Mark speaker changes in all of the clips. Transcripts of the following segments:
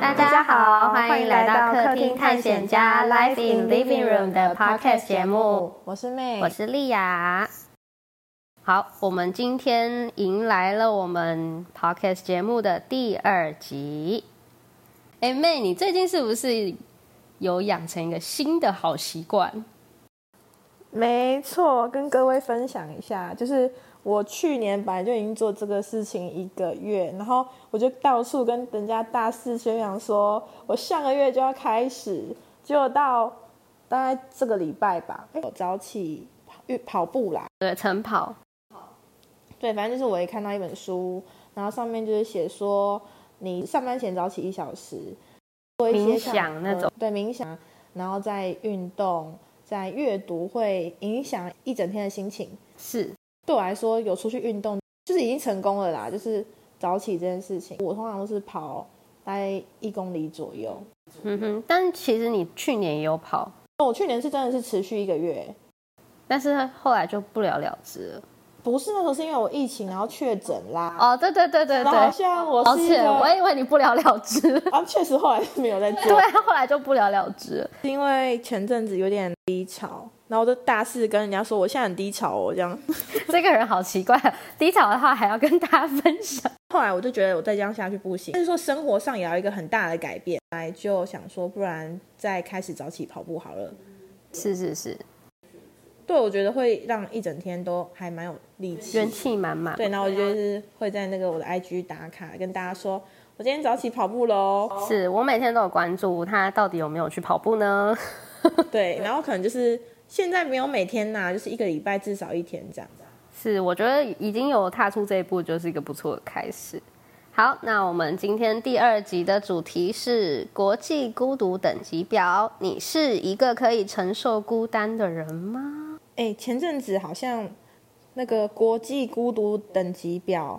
Speaker 1: 大家好，欢迎来到客厅探险家 Life in Living Room 的 Podcast 节目，
Speaker 2: 我是妹，
Speaker 1: 我是丽雅。好，我们今天迎来了我们 Podcast 节目的第二集。哎，妹，你最近是不是有养成一个新的好习惯？
Speaker 2: 没错，跟各位分享一下，就是我去年本来就已经做这个事情一个月，然后我就到处跟人家大肆宣扬说，我上个月就要开始，结果到大概这个礼拜吧，哎，我早起跑跑步啦，
Speaker 1: 对，晨跑。
Speaker 2: 对，反正就是我一看到一本书，然后上面就是写说，你上班前早起一小时，做一些呃
Speaker 1: 冥想那种，
Speaker 2: 对冥想，然后再运动，再阅读，会影响一整天的心情。
Speaker 1: 是，
Speaker 2: 对我来说，有出去运动就是已经成功了啦，就是早起这件事情。我通常都是跑大概一公里左右，
Speaker 1: 嗯哼。但其实你去年也有跑，
Speaker 2: 我去年是真的是持续一个月，
Speaker 1: 但是后来就不了了之了。
Speaker 2: 不是那时候是因为我疫情然后确诊啦。
Speaker 1: 哦，对对对对
Speaker 2: 然后好
Speaker 1: 对，
Speaker 2: 像我
Speaker 1: 抱
Speaker 2: 是一
Speaker 1: 歉，我
Speaker 2: 个
Speaker 1: 以为你不了了之。
Speaker 2: 啊，确实后来是没有在 做
Speaker 1: 对，，啊后来就不了了之了。
Speaker 2: 是因为前阵子有点低潮，然后我就大肆跟人家说我现在很低潮哦，这样。
Speaker 1: 这个人好奇怪， 低潮的话还要跟大家分享。
Speaker 2: 后来我就觉得我再这样下去不行，但是说生活上也要一个很大的改变，后来就想说，不然再开始早起跑步好了。
Speaker 1: 是是是，
Speaker 2: 对，我觉得会让一整天都还蛮有力气。
Speaker 1: 元气满满。
Speaker 2: 对，然后我就是会在那个我的 IG 打卡，跟大家说我今天早起跑步喽。
Speaker 1: 是我每天都有关注他到底有没有去跑步呢？
Speaker 2: 对，然后可能就是现在没有每天呐、就是一个礼拜至少一天这样。
Speaker 1: 是，我觉得已经有踏出这一步，就是一个不错的开始。好，那我们今天第二集的主题是国际孤独等级表。你是一个可以承受孤单的人吗？
Speaker 2: 哎，前阵子好像那个国际孤独等级表，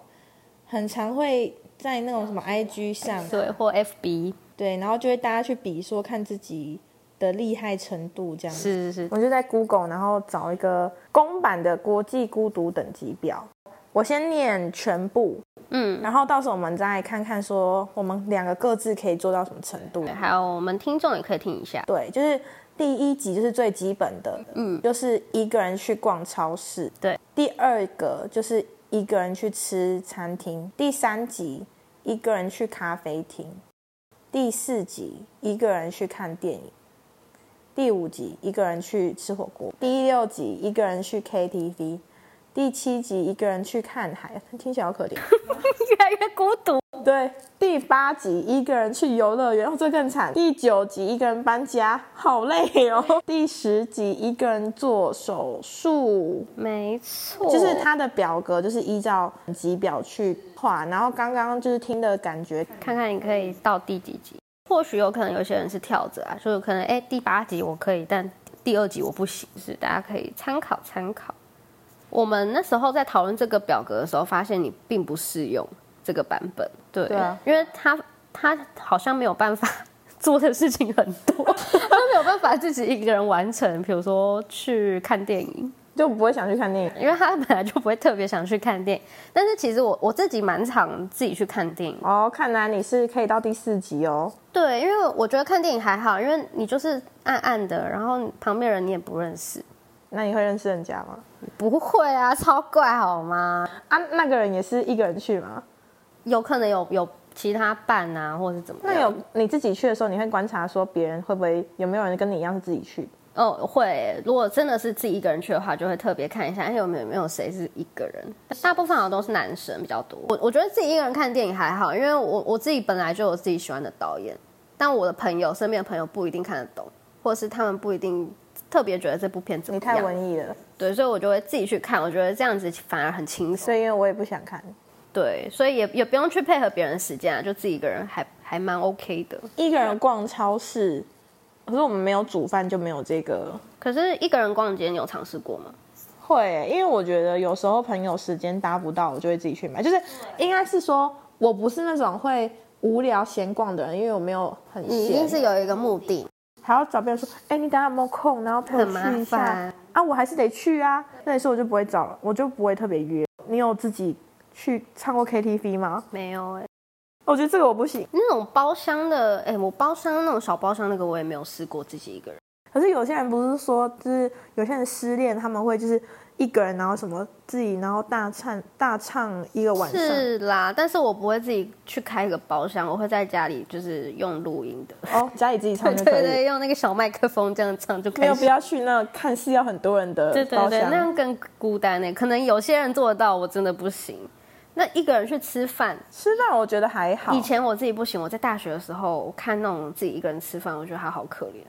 Speaker 2: 很常会在那种什么 IG 上，
Speaker 1: 对，或 FB
Speaker 2: 对，然后就会大家去比说看自己的厉害程度这样子。
Speaker 1: 是是是，
Speaker 2: 我就在 Google，然后找一个公版的国际孤独等级表。我先念全部，
Speaker 1: 嗯，
Speaker 2: 然后到时候我们再看看说我们两个各自可以做到什么程度。
Speaker 1: 还有我们听众也可以听一下。
Speaker 2: 对，就是第一集就是最基本的，
Speaker 1: 嗯，
Speaker 2: 就是一个人去逛超市。
Speaker 1: 对，
Speaker 2: 第二个就是一个人去吃餐厅。第三集一个人去咖啡厅。第四集一个人去看电影。第五集一个人去吃火锅。第六集一个人去 KTV。第七集一个人去看海，听起来好可怜。
Speaker 1: 越来越孤独，
Speaker 2: 对，第八集一个人去游乐园，哦，这更惨。第九集一个人搬家，好累哦。 第十集一个人做手术，
Speaker 1: 没错，
Speaker 2: 就是它的表格就是依照级表去画。然后刚刚就是听的感觉，
Speaker 1: 看看你可以到第几集。或许有可能有些人是跳着啊，所以有可能哎、第八集我可以，但第二集我不行，是大家可以参考参考。我们那时候在讨论这个表格的时候，发现你并不适用这个版本，对，
Speaker 2: 对啊
Speaker 1: 因为他他好像没有办法做的事情很多，他没有办法自己一个人完成，比如说去看电影，
Speaker 2: 就不会想去看电影。
Speaker 1: 因为他本来就不会特别想去看电影，但是其实我我自己蛮常自己去看电影，
Speaker 2: 哦，看来你是可以到第四集哦。
Speaker 1: 对，因为我觉得看电影还好，因为你就是暗暗的，然后旁边人你也不认识，
Speaker 2: 那你会认识人家吗？
Speaker 1: 不会啊，超怪好吗？
Speaker 2: 啊，那个人也是一个人去吗？
Speaker 1: 有可能有有其他伴啊，或者怎么
Speaker 2: 那
Speaker 1: 样？
Speaker 2: 有你自己去的时候，你会观察说别人会不会有没有人跟你一样是自己去？
Speaker 1: 哦，会。如果真的是自己一个人去的话，就会特别看一下，哎，有没有有没有谁是一个人？大部分好像都是男生比较多。我我觉得自己一个人看电影还好，因为我我自己本来就有自己喜欢的导演，但我的朋友身边的朋友不一定看得懂，或者是他们不一定特别觉得这部片怎么
Speaker 2: 你
Speaker 1: 样。
Speaker 2: 太文艺了，
Speaker 1: 对，所以我就会自己去看，我觉得这样子反而很轻松。
Speaker 2: 所以因为我也不想看。
Speaker 1: 对，所以也也不用去配合别人的时间啊，就自己一个人还还蛮 OK 的。
Speaker 2: 一个人逛超市，可是我们没有煮饭就没有这个
Speaker 1: 可是一个人逛街，你有尝试过吗？
Speaker 2: 会，因为我觉得有时候朋友时间搭不到，我就会自己去买。就是应该是说我不是那种会无聊闲逛的人，因为我没有很
Speaker 1: 嗯你一
Speaker 2: 闲
Speaker 1: 定，是有一个目的，
Speaker 2: 还要找别人说，哎、你等一下有没有空，然后陪我
Speaker 1: 嗯很麻
Speaker 2: 去一下
Speaker 1: 烦。
Speaker 2: 啊，我还是得去啊。那也是我就不会找了，我就不会特别约。你有自己去唱过 KTV 吗？
Speaker 1: 没有哎、
Speaker 2: 我觉得这个我不行。
Speaker 1: 那种包厢的，哎、我包厢那种小包厢那个我也没有试过自己一个人。
Speaker 2: 可是有些人不是说，就是有些人失恋，他们会就是一个人，然后什么自己，然后大唱大唱一个晚上。
Speaker 1: 是啦，但是我不会自己去开一个包厢，我会在家里就是用录音的，
Speaker 2: 哦，家里自己唱就
Speaker 1: 对
Speaker 2: 可以了。
Speaker 1: 对对，用那个小麦克风这样唱就可以。
Speaker 2: 没有必要去那看似要很多人的
Speaker 1: 对对
Speaker 2: 包
Speaker 1: 对，
Speaker 2: 厢。
Speaker 1: 那样更孤单欸呢、可能有些人做得到，我真的不行。那一个人去吃饭，
Speaker 2: 吃饭我觉得还好。
Speaker 1: 以前我自己不行，我在大学的时候，我看那种自己一个人吃饭，我觉得他好可怜。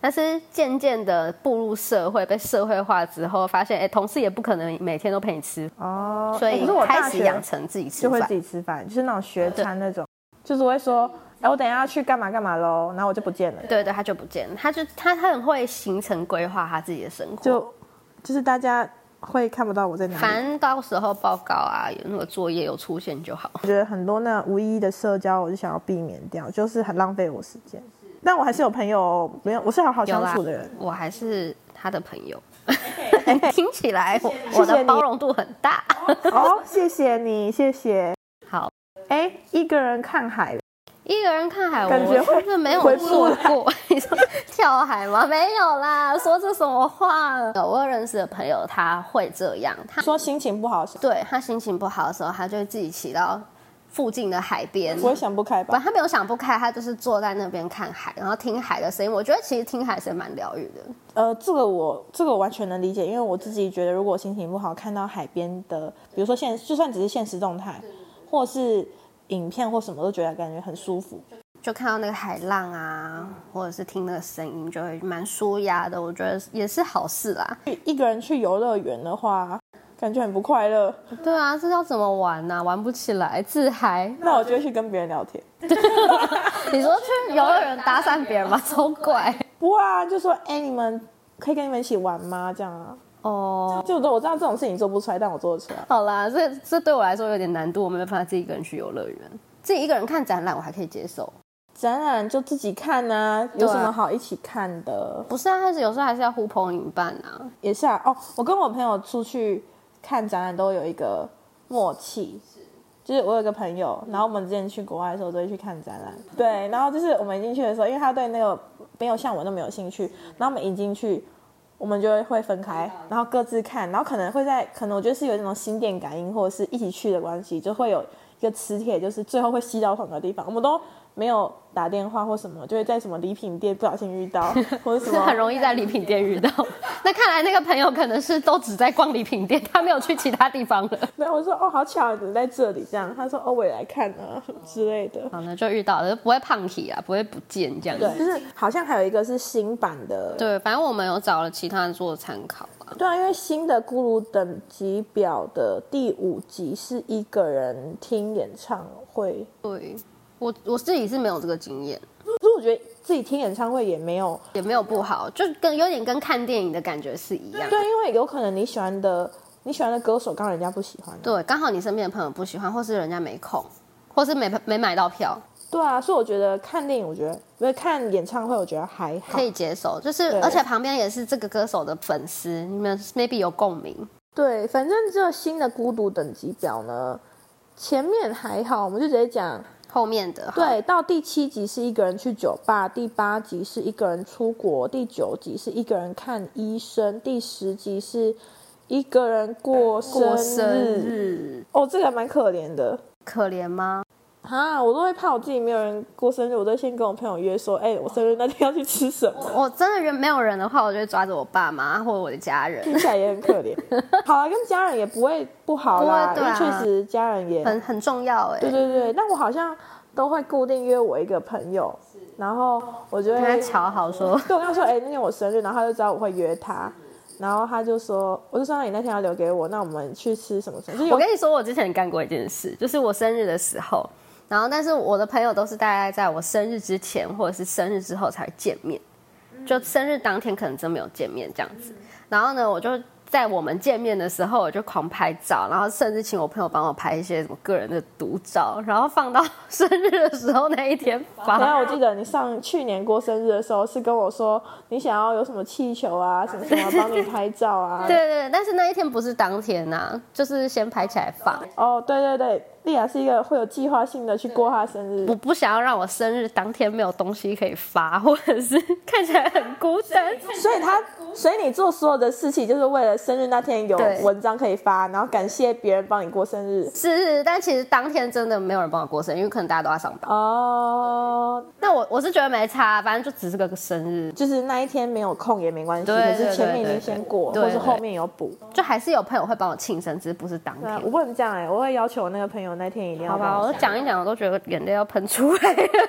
Speaker 1: 但是渐渐的步入社会，被社会化之后，发现哎、同事也不可能每天都陪你吃，
Speaker 2: 哦，
Speaker 1: 所
Speaker 2: 欸
Speaker 1: 以
Speaker 2: 可是我
Speaker 1: 开
Speaker 2: 大
Speaker 1: 始
Speaker 2: 学
Speaker 1: 养成自己吃
Speaker 2: 就会
Speaker 1: 饭
Speaker 2: 自。己吃饭，就是那种学餐那种，就是我会说，哎、我等一下要去干嘛干嘛喽，然后我就不见了。
Speaker 1: 对对，他就不见了，他就他他很会形成规划他自己的生活，
Speaker 2: 就就是大家会看不到我在哪里。
Speaker 1: 反正到时候报告啊，有那个作业有出现就好。
Speaker 2: 我觉得很多那无意义的社交，我就想要避免掉，就是很浪费我时间。但我还是有朋友哦，没有，我是好好
Speaker 1: 有
Speaker 2: 相
Speaker 1: 啦
Speaker 2: 处的人。，
Speaker 1: 我还是他的朋 友。听起来我我
Speaker 2: 谢谢
Speaker 1: 的
Speaker 2: 你
Speaker 1: 包容度很大。
Speaker 2: 哦，谢谢你，谢谢。
Speaker 1: 好，
Speaker 2: 哎，一个人看海，
Speaker 1: 一个人看海，我
Speaker 2: 感觉会
Speaker 1: 是不是没有
Speaker 2: 回不
Speaker 1: 做
Speaker 2: 来
Speaker 1: 过？ 你说跳海吗？没有啦，说这什么话？有我有认识的朋友，他会这样，他
Speaker 2: 说心情不好的时候，
Speaker 1: 对他心情不好的时候，他就会自己骑到附近的海边。
Speaker 2: 我也想不开
Speaker 1: 不，
Speaker 2: 吧？
Speaker 1: 他没有想不开，他就是坐在那边看海，然后听海的声音。我觉得其实听海声蛮疗愈的。
Speaker 2: 呃，这个我这个我完全能理解，因为我自己觉得，如果心情不好，看到海边的，比如说现就算只是现实动态，或是影片或什么，都觉得感觉很舒服。
Speaker 1: 就看到那个海浪啊，或者是听那个声音，就会蛮舒压的。我觉得也是好事啦。
Speaker 2: 去一个人去游乐园的话，感觉很不快乐。
Speaker 1: 对啊，这要怎么玩呢、玩不起来，自 嗨。
Speaker 2: 那我就会去跟别人聊天，
Speaker 1: 你说去游乐园搭讪别人吗？超怪
Speaker 2: 不会啊，就说哎、你们可以跟你们一起玩吗？这样啊，
Speaker 1: 哦。
Speaker 2: 就我我知道这种事情做不出来，但我做得出来。
Speaker 1: 好啦，这这对我来说有点难度，我没有办法自己一个人去游乐园。自己一个人看展览我还可以接受，
Speaker 2: 展览就自己看啊，有
Speaker 1: 对啊
Speaker 2: 什么好一起看的？
Speaker 1: 不是啊，还是有时候还是要呼朋引伴啊。
Speaker 2: 也是啊，哦，我跟我朋友出去看展览都有一个默契，就是我有一个朋友，然后我们之前去国外的时候都会去看展览，对，然后就是我们一进去的时候，因为他对那个没有像我那么有兴趣，然后我们一进去。我们就会分开，然后各自看，然后可能会在，可能我觉得是有那种心电感应，或者是一起去的关系，就会有一个磁铁，就是最后会吸到同一个地方。我们都没有打电话或什么，就会在什么礼品店不小心遇到，或者什
Speaker 1: 是
Speaker 2: 么
Speaker 1: 很容易在礼品店遇到。 那看来那个朋友可能是都只在逛礼品店，他没有去其他地方了。
Speaker 2: 对，我说哦，好巧，你在这里这样。他说哦，我也来看啊 之类的。
Speaker 1: 好，那就遇到了，就不会胖体啊，不会不见这样
Speaker 2: 对，
Speaker 1: 子。
Speaker 2: 就是好像还有一个是新版的，
Speaker 1: 对，反正我们有找了其他人做参考啊。
Speaker 2: 对啊，因为新的《咕噜等级表》的第五集是一个人听演唱会，
Speaker 1: 对，我我自己是没有这个经验，
Speaker 2: 可是我觉得自己听演唱会也没有
Speaker 1: 也没有不好，就跟有点跟看电影的感觉是一样。
Speaker 2: 对，因为有可能你喜欢的你喜欢的歌手，刚好人家不喜欢啊。
Speaker 1: 对，刚好你身边的朋友不喜欢，或是人家没空，或是没没买到票，
Speaker 2: 对啊，所以我觉得看电影，我觉得不是看演唱会，我觉得还好
Speaker 1: 可。以接受。就是
Speaker 2: 对
Speaker 1: 而且旁边也是这个歌手的粉丝，你们 maybe 有共鸣。
Speaker 2: 对，反正这新的孤独等级表呢，前面还好，我们就直接讲
Speaker 1: 后面的好
Speaker 2: 对，到第七集是一个人去酒吧，第八集是一个人出国，第九集是一个人看医生，第十集是一个人过生日。
Speaker 1: 过生日，
Speaker 2: 哦，这个还蛮可怜的
Speaker 1: 可怜吗？
Speaker 2: 啊！我都会怕我自己没有人过生日，我都先跟我朋友约说，哎、我生日那天要去吃什么，
Speaker 1: 我真的人没有人的话，我就会抓着我爸妈或者我的家人。
Speaker 2: 听起来也很可怜。好了，跟家人也不会不好啦，
Speaker 1: 不会对啊
Speaker 2: 因为确实家人也
Speaker 1: 很很重要哎、
Speaker 2: 对对对，但我好像都会固定约我一个朋友，然后我就
Speaker 1: 跟他
Speaker 2: 会
Speaker 1: 瞧好 说，
Speaker 2: 对，我跟他说，哎、那天我生日，然后他就知道我会约他，然后他就说，我就说那你那天要留给我，那我们去吃什么什么，就是
Speaker 1: 我
Speaker 2: 有
Speaker 1: 跟你说，我之前干过一件事，就是我生日的时候，然后但是我的朋友都是大概在我生日之前或者是生日之后才见面，
Speaker 2: 嗯
Speaker 1: 就生日当天可能真没有见面这样子。然后呢，我就在我们见面的时候，我就狂拍照，然后甚至请我朋友帮我拍一些什么个人的独照，然后放到生日的时候那一天
Speaker 2: 然
Speaker 1: 发。
Speaker 2: 啊后我记得你上去年过生日的时候是跟我说你想要有什么气球啊，什么什么帮你拍照啊，
Speaker 1: 啊对对对，但是那一天不是当天呐、就是先拍起来放。
Speaker 2: 哦，对对对，莉亚是一个会有计划性的去过她生日
Speaker 1: 我，不想要让我生日当天没有东西可以发，或者是 看起来很孤单。
Speaker 2: 所以她，所以你做所有的事情就是为了生日那天有
Speaker 1: 对
Speaker 2: 文章可以发，然后感谢别人帮你过生日。
Speaker 1: 是是，但其实当天真的没有人帮我过生日，因为可能大家都在上班。
Speaker 2: 哦，
Speaker 1: 那我我是觉得没差，反正就只是个生日，
Speaker 2: 就是那一天没有空也没关系，
Speaker 1: 对
Speaker 2: 可
Speaker 1: 对
Speaker 2: 是前面已
Speaker 1: 对对
Speaker 2: 经先过，
Speaker 1: 对
Speaker 2: 或是
Speaker 1: 对
Speaker 2: 后面有补。
Speaker 1: 就还是有朋友会帮我庆生，只是不是当
Speaker 2: 对啊，
Speaker 1: 天。
Speaker 2: 我不能这样哎、我会要求我那个朋友那天一定要
Speaker 1: 好吧，
Speaker 2: 帮
Speaker 1: 我
Speaker 2: 我
Speaker 1: 都
Speaker 2: 想
Speaker 1: 讲一讲，我都觉得眼泪要喷出来。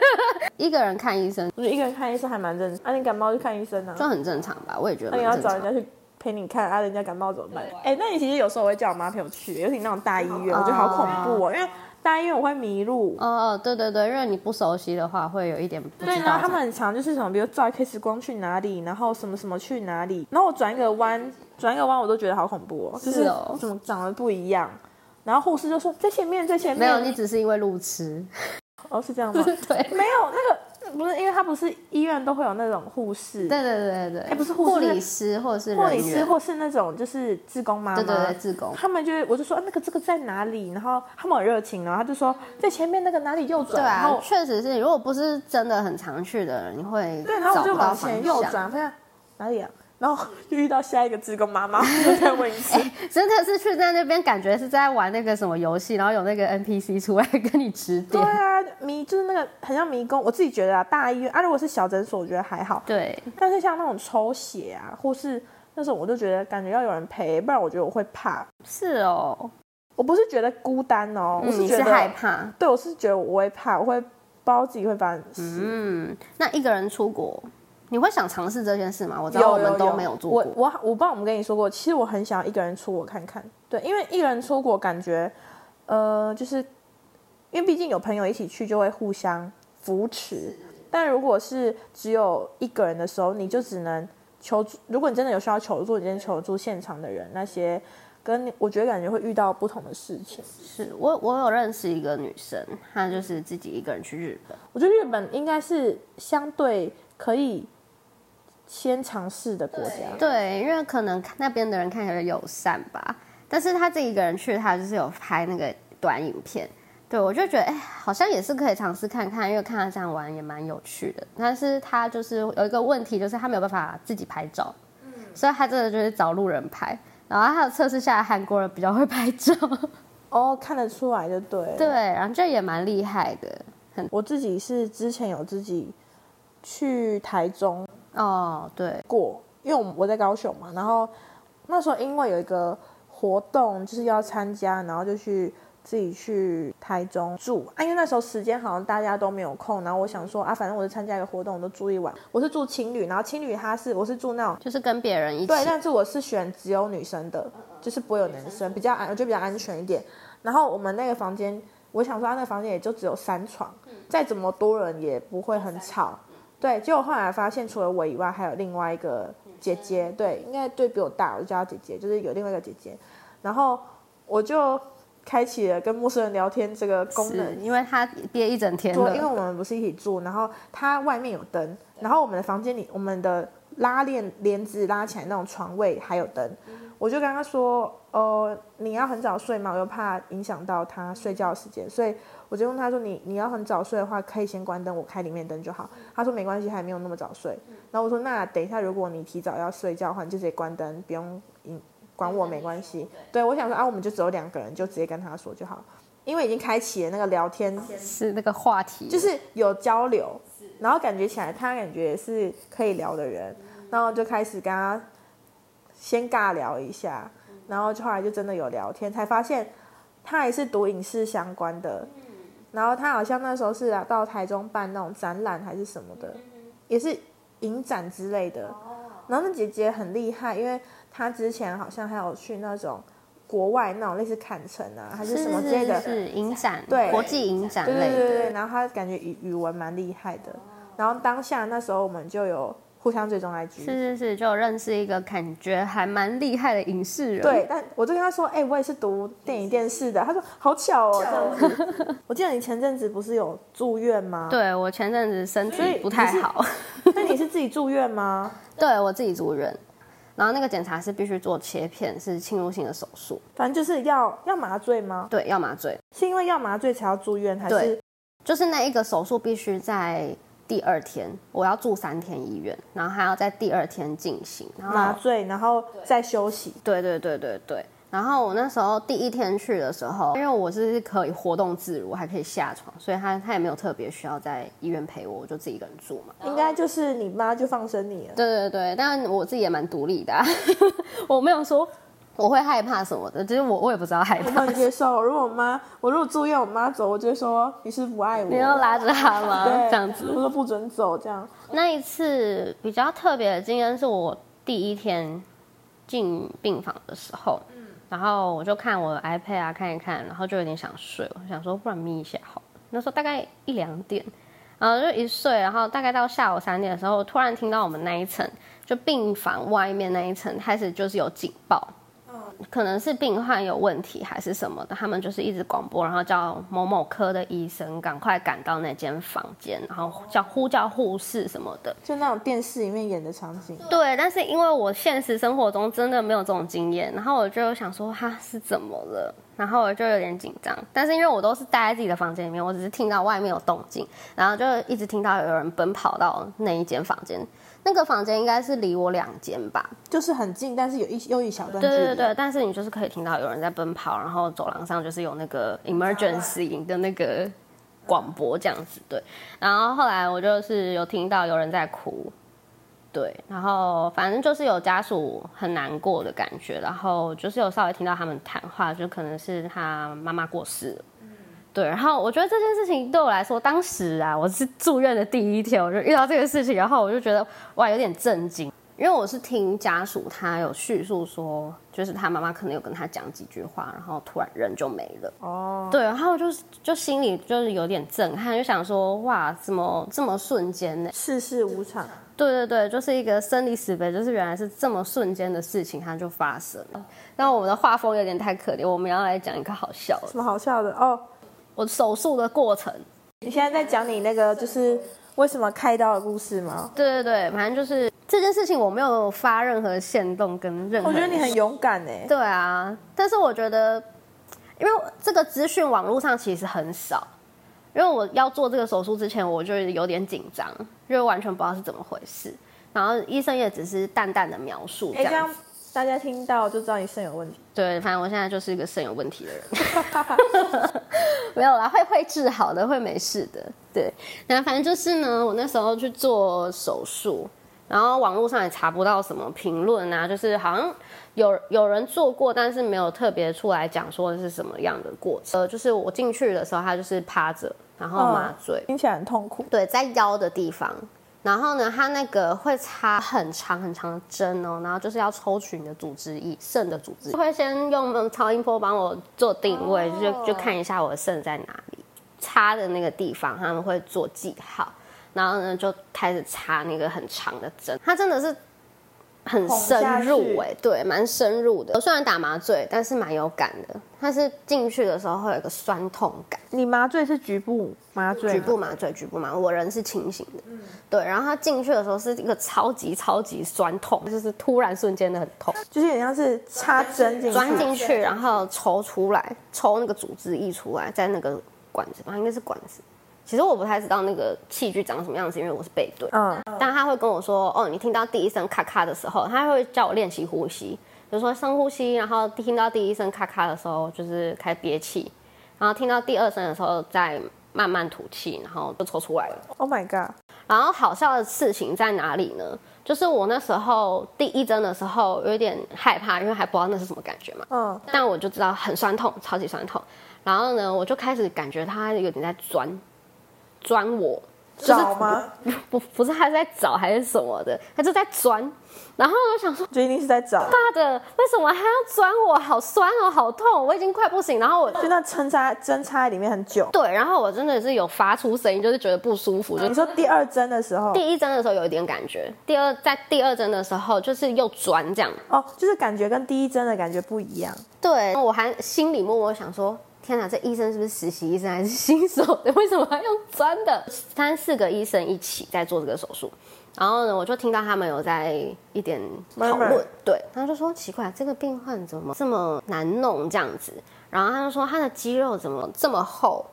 Speaker 1: 一个人看医生
Speaker 2: 我觉得一个人看医生还蛮正常，啊，你感冒去看医生啊，
Speaker 1: 就很正常吧，我也觉
Speaker 2: 那
Speaker 1: 得
Speaker 2: 你要
Speaker 1: 蛮正
Speaker 2: 找人
Speaker 1: 常。
Speaker 2: 家去陪你看啊，人家感冒怎么办？哎、那你其实有时候我会叫我妈陪我去，尤其那种大医院，我觉得好恐怖哦，因为大医院我会迷路。
Speaker 1: 哦哦，对对对，因为你不熟悉的话，会有一点不知道
Speaker 2: 对，
Speaker 1: 怎么。
Speaker 2: 然后他们很常就是什么，比如照 X 光去哪里，然后什么什么去哪里，然后我转一个弯，转一个弯我都觉得好恐怖哦，就是
Speaker 1: 哦
Speaker 2: 怎么长得不一样。然后护士就说在前面，在前
Speaker 1: 没
Speaker 2: 面。
Speaker 1: 有，你只是因为路痴。
Speaker 2: 哦，是这样吗？
Speaker 1: 对。
Speaker 2: 没有那个不是，因为他不是医院都会有那种护士，
Speaker 1: 对对对对，哎
Speaker 2: 不是护士
Speaker 1: 护理师或者是
Speaker 2: 护
Speaker 1: 人
Speaker 2: 理师
Speaker 1: 员
Speaker 2: 或是那种就是志工妈妈，
Speaker 1: 对对对志工
Speaker 2: 他们就会我就说、啊、那个这个在哪里，然后他们很热情，然后他就说在前面那个哪里右转，
Speaker 1: 对
Speaker 2: 然
Speaker 1: 啊
Speaker 2: 后，
Speaker 1: 确实是，如果不是真的很常去的人，你会
Speaker 2: 对，然后
Speaker 1: 找
Speaker 2: 我就
Speaker 1: 不到
Speaker 2: 往
Speaker 1: 方
Speaker 2: 前
Speaker 1: 向。
Speaker 2: 右转，发现哪里啊，然后就遇到下一个志工 妈妈，我就再问一次，
Speaker 1: 真的是去在那边，感觉是在玩那个什么游戏，然后有那个 NPC 出来跟你指
Speaker 2: 对
Speaker 1: 点。
Speaker 2: 啊，迷就是那个很像迷宫，我自己觉得啊，大医院啊，如果是小诊所，我觉得还好，
Speaker 1: 对，
Speaker 2: 但是像那种抽血啊，或是那种我就觉得感觉要有人陪，不然我觉得我会怕。
Speaker 1: 是哦，
Speaker 2: 我不是觉得孤单哦，我
Speaker 1: 嗯你
Speaker 2: 觉
Speaker 1: 是
Speaker 2: 得
Speaker 1: 害怕。
Speaker 2: 对，我是觉得我会怕，我会不知道自己会发生什么事。
Speaker 1: 嗯，那一个人出国，你会想尝试这件事吗？我知
Speaker 2: 有
Speaker 1: 道我们都
Speaker 2: 有
Speaker 1: 没有做
Speaker 2: 我
Speaker 1: 过。
Speaker 2: 我我不知道我们跟你说过，其实我很想要一个人出国看看。对，因为一个人出国感觉，呃，就是因为毕竟有朋友一起去，就会互相扶持。但如果是只有一个人的时候，你就只能求助。如果你真的有需要求助，你先求助现场的人。那些跟你我觉得感觉会遇到不同的事情。
Speaker 1: 是我我有认识一个女生，她就是自己一个人去日本。
Speaker 2: 我觉得日本应该是相对可以先尝试的国家。
Speaker 1: 对，因为可能看那边的人看起来友善吧，但是他自己一个人去，他就是有拍那个短影片。对，我就觉得哎、好像也是可以尝试看看，因为看他这样玩也蛮有趣的。但是他就是有一个问题，就是他没有办法自己拍照，
Speaker 2: 嗯
Speaker 1: 所以他真的就是找路人拍。然后还有测试下来韩国人比较会拍照，
Speaker 2: 哦，看得出来就对了。
Speaker 1: 对，然后这也蛮厉害的
Speaker 2: 我自己是之前有自己去台中
Speaker 1: 哦。对，
Speaker 2: 过，因为我我在高雄嘛，然后那时候因为有一个活动就是要参加，然后就去自己去台中住啊，因为那时候时间好像大家都没有空，然后我想说啊，反正我是参加一个活动，我都住一晚，我是住青旅，然后青旅它是我是住那种
Speaker 1: 就是跟别人一起
Speaker 2: 对，但是我是选只有女生的，就是不会有男生，比较安，我觉得比较安全一点。然后我们那个房间，我想说，他那个房间也就只有三床，再怎么多人也不会很吵。对，结果后来发现，除了我以外，还有另外一个姐姐，对，应该对比我大，我就叫她姐姐，就是有另外一个姐姐。然后我就开启了跟陌生人聊天这个功能
Speaker 1: 是，因为他憋一整天
Speaker 2: 对，因为
Speaker 1: 了，
Speaker 2: 我们不是一起住，然后它外面有灯，然后我们的房间里，我们的拉链帘子拉起来那种床位还有灯，我就跟他说，呃，你要很早睡嘛，我又怕影响到他睡觉的时间，所以我就问他说，你你要很早睡的话，可以先关灯，我开里面灯就好。他说没关系，还没有那么早睡。然后我说，那等一下，如果你提早要睡觉的话，你就直接关灯，不用影管我，没关系。对，我想说啊，我们就只有两个人，就直接跟他说就好，因为已经开启了那个聊天
Speaker 1: 是那个话题，就
Speaker 2: 就是有交流，然后感觉起来他感觉也是可以聊的人，然后就开始跟他先尬聊一下，然后就后来就真的有聊天，才发现他也是读影视相关的，然后他好像那时候是啊到台中办那种展览还是什么的，也是影展之类的，然后那姐姐很厉害，因为她之前好像还有去那种。国外那种类似坎城啊，还是什么之类的，
Speaker 1: 是是是影展，
Speaker 2: 对
Speaker 1: 国际影展
Speaker 2: 对
Speaker 1: 类
Speaker 2: 对
Speaker 1: 的，
Speaker 2: 对，然后他感觉语语文蛮厉害的，然后当下那时候我们就有互相追踪 IG，
Speaker 1: 是是是，就认识一个感觉还蛮厉害的影视人，
Speaker 2: 对，，但我就跟他说，哎、我也是读电影电视的，他说好巧哦，这样子。我记得你前阵子不是有住院吗？，
Speaker 1: 对我前阵子身
Speaker 2: 所以
Speaker 1: 体不太好，
Speaker 2: 那你是自己住院吗？
Speaker 1: 对我自己住院，然后那个检查是必须做切片，是侵入性的手术，
Speaker 2: 反正就是要要麻醉吗？
Speaker 1: 对，要麻醉。
Speaker 2: 是因为要麻醉才要住院，还
Speaker 1: 对
Speaker 2: 是
Speaker 1: 就是那一个手术必须在第二天，我要住三天医院，然后还要在第二天进行。然
Speaker 2: 麻
Speaker 1: 后，
Speaker 2: 醉然后再休息？
Speaker 1: 对对对对对。然后我那时候第一天去的时候，因为我是可以活动自如，还可以下床，所以他他也没有特别需要在医院陪我，我就自己一个人住嘛。
Speaker 2: 应该就是你妈就放生你了。
Speaker 1: 对对对，但我自己也蛮独立的啊、 我没有说我会害怕什么的，就是我我也不知道害
Speaker 2: 我
Speaker 1: 怕。
Speaker 2: 能接受，如果我妈，我如果住院，我妈走，我就会说你是不爱我，
Speaker 1: 你要拉着他吗？
Speaker 2: 对
Speaker 1: 这样子。
Speaker 2: 我说不准走这样。
Speaker 1: 那一次比较特别的经验是我第一天进病房的时候，然后我就看我的 iPad 啊看一看，然后就有点想睡，我想说不然眯一下好了。那时候大概一两点，然后就一睡，然后大概到下午三点的时候，我突然听到我们那一层就病房外面那一层开始就是有警报。可能是病患有问题还是什么的，他们就是一直广播，然后叫某某科的医生赶快赶到那间房间，然后叫呼叫护士什么的。
Speaker 2: 就那种电视里面演的场景，
Speaker 1: 对，但是因为我现实生活中真的没有这种经验，然后我就想说哈是怎么了，然后我就有点紧张。但是因为我都是待在自己的房间里面，我只是听到外面有动静，然后就一直听到有人奔跑到那一间房间。那个房间应该是离我两间吧，
Speaker 2: 就是很近，但是有一又一小段距
Speaker 1: 对
Speaker 2: 离。
Speaker 1: 对对，但是你就是可以听到有人在奔跑，然后走廊上就是有那个 emergency 的那个广播这样子，对。然后后来我就是有听到有人在哭，对，然后反正就是有家属很难过的感觉，然后就是有稍微听到他们谈话，就可能是他妈妈过世了。对，然后我觉得这件事情对我来说，当时啊，我是住院的第一天，我就遇到这个事情，然后我就觉得哇，有点震惊，因为我是听家属他有叙述说，就是他妈妈可能有跟他讲几句话，然后突然人就没了。
Speaker 2: 哦，
Speaker 1: 对，然后就是就心里就是有点震撼，就想说哇，怎么这么瞬间呢？
Speaker 2: 世事无常，
Speaker 1: 对对对，就是一个生离死别，就是原来是这么瞬间的事情，它就发生了。那我们的画风有点太可怜，我们要来讲一个好笑的，
Speaker 2: 什么好笑的哦？
Speaker 1: 我手术的过程。
Speaker 2: 你现在在讲你那个就是为什么开刀的故事吗？
Speaker 1: 对对对，反正就是这件事情，我没有发任何线动跟任何。
Speaker 2: 我觉得你很勇敢哎，
Speaker 1: 对啊，但是我觉得，因为这个资讯网络上其实很少，因为我要做这个手术之前，我就是有点紧张，因为完全不知道是怎么回事。然后医生也只是淡淡的描述这
Speaker 2: 哎，这
Speaker 1: 样
Speaker 2: 样
Speaker 1: 子。
Speaker 2: 大家听到就知道你肾有问 题。
Speaker 1: 对，反正我现在就是一个肾有问题的人。
Speaker 2: 嗯
Speaker 1: 没有啦，会会治好的，会没事的。对，那反正就是呢，我那时候去做手术，然后网络上也查不到什么评论啊，就是好像有有人做过，但是没有特别出来讲说是什么样的过程。呃，就是我进去的时候，他就是趴着，然后
Speaker 2: 哦
Speaker 1: 麻醉，
Speaker 2: 听起来很痛苦。
Speaker 1: 对，在腰的地方。然后呢，它那个会插很长很长的针哦，然后就是要抽取你的组织液，肾的组织液，会先用嗯超音波帮我做定位，
Speaker 2: 哦
Speaker 1: 就就看一下我的肾在哪里，插的那个地方他们会做记号，然后呢就开始插那个很长的针，它真的是很
Speaker 2: 捅下
Speaker 1: 深入
Speaker 2: 去
Speaker 1: 哎、对，蛮深入的。虽然打麻醉，但是蛮有感的，它是进去的时候会有一个酸痛感。
Speaker 2: 你麻醉是局部麻醉吗，
Speaker 1: 局部麻醉，局部麻醉，我人是清醒的。对。然后他进去的时候是一个超级超级酸痛，就是突然瞬间的很痛，
Speaker 2: 就是有点像是插针进去，
Speaker 1: 钻进去，然后抽出来，抽那个组织溢出来，在那个管子啊吧，应该是管子。其实我不太知道那个器具长什么样子，因为我是背对。
Speaker 2: 嗯，
Speaker 1: 但他会跟我说，哦，你听到第一声咔咔的时候，他会叫我练习呼吸，比如说深呼吸，然后听到第一声咔咔的时候，就是开始憋气，然后听到第二声的时候再慢慢吐气，然后就抽出来了。
Speaker 2: Oh my god！
Speaker 1: 然后好笑的事情在哪里呢？就是我那时候第一针的时候有点害怕，因为还不知道那是什么感觉嘛。
Speaker 2: 嗯，
Speaker 1: 但我就知道很酸痛，超级酸痛。然后呢，我就开始感觉他有点在钻，钻我，就是
Speaker 2: 找吗？
Speaker 1: 不不是他在找还是什么的，他就在钻。然后我想说，
Speaker 2: 就一定是在找，
Speaker 1: 大的为什么还要钻我？好酸哦，好痛，我已经快不行。然后我
Speaker 2: 就那针插针插在里面很久。
Speaker 1: 对，然后我真的是有发出声音，就是觉得不舒服，就
Speaker 2: 你说第二针的时候，
Speaker 1: 第一针的时候有一点感觉，第二在第二针的时候就是又转这样。
Speaker 2: 哦，就是感觉跟第一针的感觉不一样。
Speaker 1: 对，我还心里默默想说。天哪，这医生是不是实习医生 还是新手的？为什么还用钻的？三四个医生一起在做这个手术，然后呢，我就听到他们有在一点讨
Speaker 2: Murmur
Speaker 1: 论，对，他就说奇怪，这个病患怎么这么难弄这样子？然后他就说他的肌肉怎么这么厚？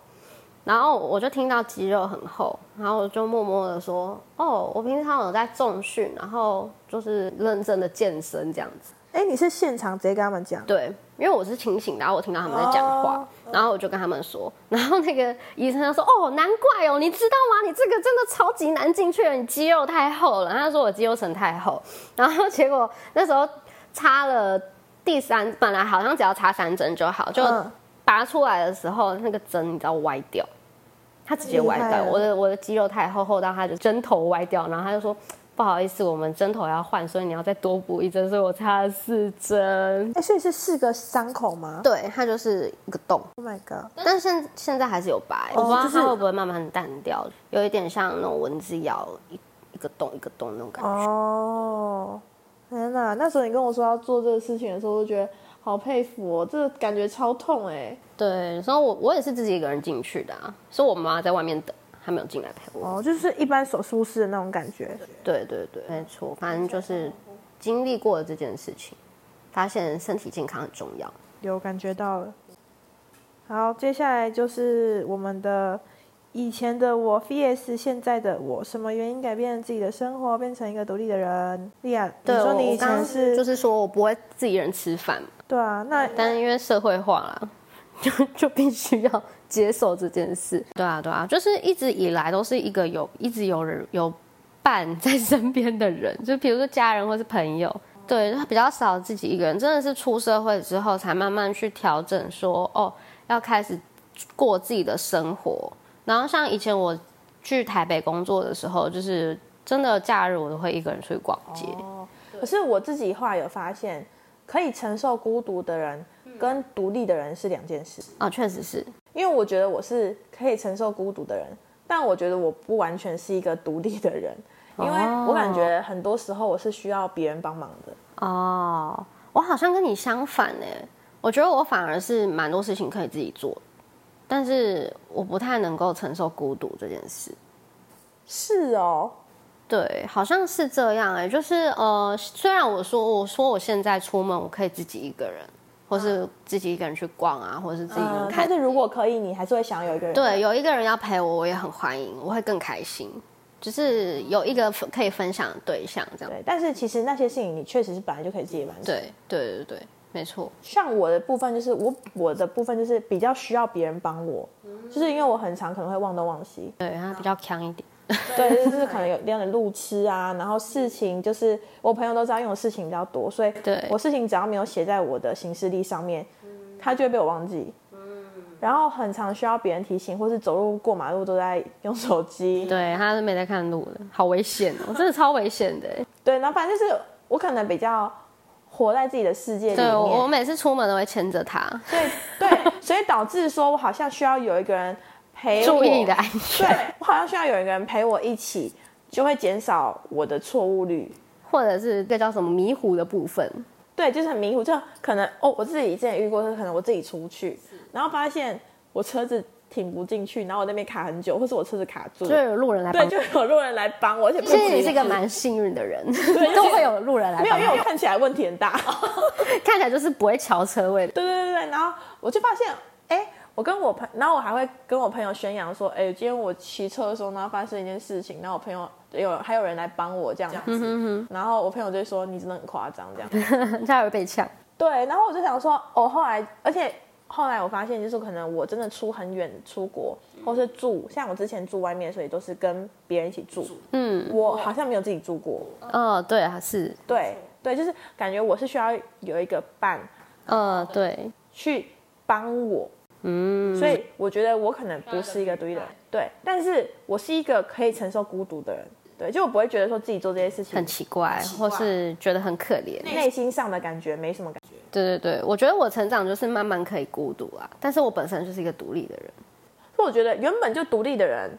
Speaker 1: 然后我就听到肌肉很厚，然后我就默默的说，哦，我平常有在重训，然后就是认真的健身这样子。
Speaker 2: 哎，你是现场直接跟他们讲？
Speaker 1: 对，因为我是清醒的，然后我听到他们在讲话
Speaker 2: 哦
Speaker 1: 然后我就跟他们说， 然后那个医生就说：“哦，难怪哦，你知道吗？你这个真的超级难进去了，你肌肉太厚了。”他说我肌肉层太厚， 然后结果那时候插了第三，本来好像只要插三针就好，就
Speaker 2: 嗯
Speaker 1: 拔出来的时候，那个针你知道歪掉，它直接歪
Speaker 2: 厉害
Speaker 1: 掉，
Speaker 2: 了
Speaker 1: 我的我的肌肉太厚厚到它的针头歪掉，然后他就说。不好意思，我们针头要换，所以你要再多补一针，所以我插了四针。
Speaker 2: 哎，所以是四个伤口吗
Speaker 1: 对，它就是一个洞，
Speaker 2: ？Oh my god！
Speaker 1: 但现现在还是有白，我不知道它会不会慢慢淡掉，有一点像那种蚊子咬一一个洞一个洞那种感觉。
Speaker 2: 哦，天哪！那时候你跟我说要做这个事情的时候，我就觉得好佩服哦，这个感觉超痛哎、
Speaker 1: 对，所以我我也是自己一个人进去的、啊，是我妈在外面等，还没有进来陪我。
Speaker 2: 哦，就是一般手术室的那种感觉。
Speaker 1: 对对对，没错，反正就是经历过了这件事情，发现身体健康很重要。
Speaker 2: 有感觉到了。好，接下来就是我们的以前的我 vs 现在的我，什么原因改变了自己的生活，变成一个独立的人？莉亚，你
Speaker 1: 对，
Speaker 2: 说
Speaker 1: 我
Speaker 2: 你以
Speaker 1: 我刚刚
Speaker 2: 前是
Speaker 1: 就是说我不会自己一人吃饭嘛，
Speaker 2: 对啊，那
Speaker 1: 但因为社会化啦， 就就必须要接受这件事。对啊，对啊，就是一直以来都是一个有一直有人有伴在身边的人， 就比如说家人或是朋友。对，他比较少自己一个人，真的是出社会之后才慢慢去调整说哦，要开始过自己的生活。然后像以前我去台北工作的时候，就是真的假日我都会一个人出去逛街。
Speaker 2: 可是我自己后来有发现，可以承受孤独的人跟独立的人是两件事。
Speaker 1: 哦，确实是，
Speaker 2: 因为我觉得我是可以承受孤独的人，但我觉得我不完全是一个独立的人，因为我感觉很多时候我是需要别人帮忙的。
Speaker 1: 哦，我好像跟你相反呢。我觉得我反而是蛮多事情可以自己做，但是我不太能够承受孤独这件事。
Speaker 2: 是哦，
Speaker 1: 对，好像是这样哎、就是呃，虽然我说我说我现在出门我可以自己一个人，或是自己一个人去逛啊，或是自己一个人
Speaker 2: 嗯，
Speaker 1: 看
Speaker 2: 但是如果可以，你还是会想有一个人。
Speaker 1: 对，有一个人要陪我，我也很欢迎，我会更开心。就是有一个可以分享的对象，这样
Speaker 2: 对，但是其实那些事情你确实是本来就可以自己完成。，
Speaker 1: 对对对对，没错。
Speaker 2: 像我的部分就是我我的部分就是比较需要别人帮我，
Speaker 1: 嗯
Speaker 2: 就是因为我很常可能会忘东忘西，
Speaker 1: 对，他比较强一点。
Speaker 2: 对，就 是可能有那种路痴啊，然后事情就是我朋友都知道，因为我事情比较多，所以
Speaker 1: 对嗯
Speaker 2: 我事情只要没有写在我的行事历上面，他就会被我忘记。然后很常需要别人提醒，或是走路过马路都在用手机。
Speaker 1: 对，他是没在看路的，好危险哦，真的超危险 的。
Speaker 2: 对，然后反正就是我可能比较活在自己的世界里
Speaker 1: 对
Speaker 2: 面。
Speaker 1: 我，我每次出门都会牵着他，
Speaker 2: 所以对，所以导致说我好像需要有一个人陪我
Speaker 1: 注意你的安全，
Speaker 2: 对我好像需要有一个人陪我一起，就会减少我的错误率。
Speaker 1: 或者是这叫什么迷糊的部分。
Speaker 2: 对，就是很迷糊，就可能哦，我自己之前遇过，就是可能我自己出去，然后发现我车子停不进去，然后我那边卡很久，或是我车子卡住，
Speaker 1: 就有路人来帮
Speaker 2: 对，，就有路人来帮我，而且不
Speaker 1: 其实
Speaker 2: 止
Speaker 1: 你
Speaker 2: 一
Speaker 1: 是一个
Speaker 2: 次
Speaker 1: 蛮幸运的人， 都会有路人来
Speaker 2: 没有，
Speaker 1: 帮
Speaker 2: 因
Speaker 1: 你，
Speaker 2: 为我看起来问题很大。
Speaker 1: 看起来就是不会瞧车位的。
Speaker 2: 对对对对，然后我就发现，哎，我跟我朋，然后我还会跟我朋友宣扬说，哎，今天我骑车的时候，然后发生一件事情，然后我朋友有还有人来帮我这样子，嗯然后我朋友就说你真的很夸张这样，
Speaker 1: 他会被呛。
Speaker 2: 对，然后我就想说，哦，后来，而且后来我发现，就是可能我真的出很远出国，或是住，像我之前住外面，所以都是跟别人一起住，嗯，我好像没有自己住过，
Speaker 1: 哦，对啊，是，
Speaker 2: 对对，就是感觉我是需要有一个伴
Speaker 1: 呃，对，
Speaker 2: 去帮我。嗯，所以我觉得我可能不是一个独立的人，对，但是我是一个可以承受孤独的人，对，就我不会觉得说自己做这些事情
Speaker 1: 很，奇怪，或是觉得很可怜。
Speaker 2: 内心上的感觉没什么感觉。
Speaker 1: 对对对，我觉得我成长就是慢慢可以孤独啊，但是我本身就是一个独立的人。
Speaker 2: 所以我觉得原本就独立的人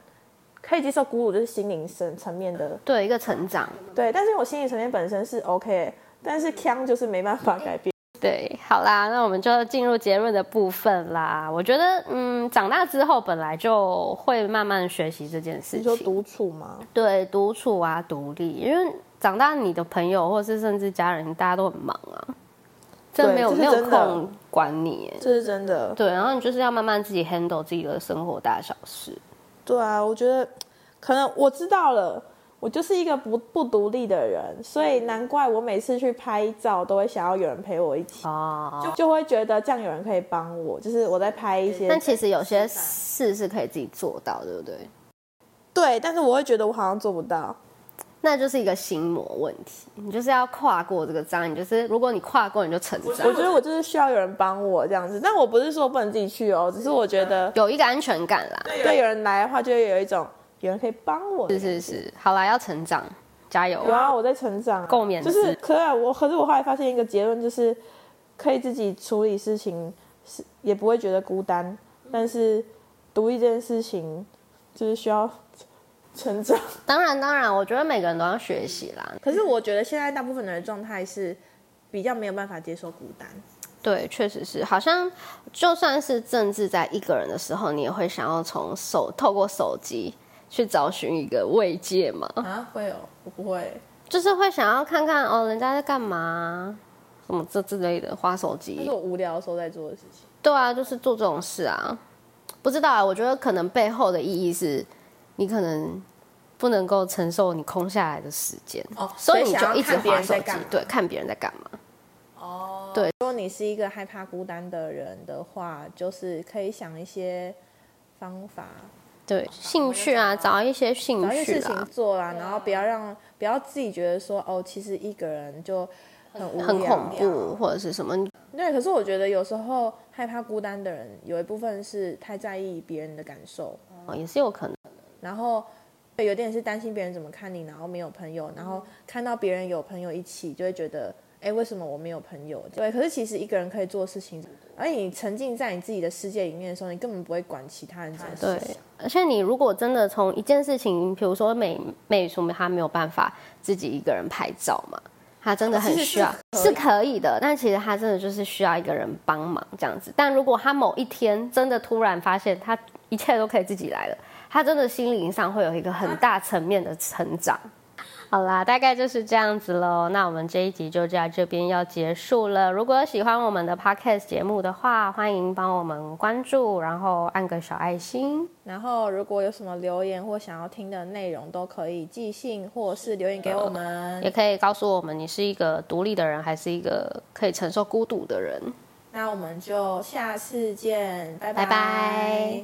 Speaker 2: 可以接受孤独，就是心灵层层面的
Speaker 1: 对，一个成长，
Speaker 2: 对。但是我心理层面本身是 OK，但是腔就是没办法改变。
Speaker 1: 对，好啦，那我们就进入结论的部分啦。我觉得，嗯，长大之后本来就会慢慢学习这件事
Speaker 2: 你说
Speaker 1: 情，
Speaker 2: 独处吗？
Speaker 1: 对，独处啊，独立，因为长大你的朋友或是甚至家人，大家都很忙啊，真的
Speaker 2: 对
Speaker 1: 没有
Speaker 2: 这是
Speaker 1: 没有
Speaker 2: 真的
Speaker 1: 空管你耶。
Speaker 2: 这是真的。
Speaker 1: 对，然后你就是要慢慢自己 handle 自己的生活大小事。
Speaker 2: 对啊，我觉得可能我知道了，我就是一个不不独立的人，所以难怪我每次去拍照都会想要有人陪我一起，
Speaker 1: 哦，
Speaker 2: 就就会觉得这样有人可以帮我，就是我在拍一些
Speaker 1: 但其实有些事是可以自己做到，对不对？
Speaker 2: 对，但是我会觉得我好像做不到。
Speaker 1: 那就是一个心魔问题，你就是要跨过这个障，你就是如果你跨过，你就成长
Speaker 2: 我。觉得我就是需要有人帮我这样子，但我不是说不能自己去哦，只是我觉得
Speaker 1: 有一个安全感啦，
Speaker 2: 对有人来的话，就会有一种有人可以帮我的
Speaker 1: 是是是，好啦，要成长，加油！
Speaker 2: 有啊，我在成长、啊，
Speaker 1: 共勉之
Speaker 2: 就是，可是我，可是我后来发现一个结论，就是可以自己处理事情，是也不会觉得孤单。但是独立这件事情，就是需要成长。
Speaker 1: 当然当然，我觉得每个人都要学习啦。
Speaker 2: 可是我觉得现在大部分人的状态是比较没有办法接受孤单。
Speaker 1: 对，确实是，好像就算是政治在一个人的时候，你也会想要从手透过手机去找寻一个慰藉嘛，
Speaker 2: 啊，会哦，我不会。
Speaker 1: 就是会想要看看哦，人家在干嘛，什么这之类的，花手
Speaker 2: 这
Speaker 1: 机
Speaker 2: 是。我无聊的时候在做的事情。
Speaker 1: 对啊，就是做这种事啊。不知道啊，我觉得可能背后的意义是，你可能不能够承受你空下来的时间，
Speaker 2: 哦
Speaker 1: 所以你就一直
Speaker 2: 看别
Speaker 1: 划
Speaker 2: 人
Speaker 1: 手
Speaker 2: 在
Speaker 1: 机
Speaker 2: 干嘛，？
Speaker 1: 对，看别人在干嘛。
Speaker 2: 哦，
Speaker 1: 对。
Speaker 2: 如果你是一个害怕孤单的人的话，就是可以想一些方法，哦
Speaker 1: 对，兴趣啊，找一些兴
Speaker 2: 找一些
Speaker 1: 趣
Speaker 2: 哎事情
Speaker 1: 啦，
Speaker 2: 做啦，然后不要让不要自己觉得说哦，其实一个人就很无聊
Speaker 1: 很恐怖。或者是什么。
Speaker 2: 对，可是我觉得有时候害怕孤单的人，有一部分是太在意别人的感受，
Speaker 1: 哦也是有可能，
Speaker 2: 然后对有点是担心别人怎么看你，然后没有朋友，
Speaker 1: 嗯
Speaker 2: 然后看到别人有朋友一起，就会觉得哎，为什么我没有朋友？对，可是其实一个人可以做的事情，而且你沉浸在你自己的世界里面的时候，你根本不会管其他人怎么
Speaker 1: 对
Speaker 2: 想。
Speaker 1: 而且你如果真的从一件事情，比如说美美术，她没有办法自己一个人拍照嘛，她真的很
Speaker 2: 其实是
Speaker 1: 需要，
Speaker 2: 可以
Speaker 1: 哦是可以的。但其实她真的就是需要一个人帮忙这样子。但如果她某一天真的突然发现她一切都可以自己来了，她真的心灵上会有一个很大层面的成长。 好啦，大概就是这样子喽。那我们这一集就在这边要结束了。如果喜欢我们的 podcast 节目的话，欢迎帮我们关注，然后按个小爱心。
Speaker 2: 然后，如果有什么留言或想要听的内容，都可以寄信或是留言给我们。
Speaker 1: 也可以告诉我们你是一个独立的人，还是一个可以承受孤独的人。
Speaker 2: 那我们就下次见，拜
Speaker 1: 拜拜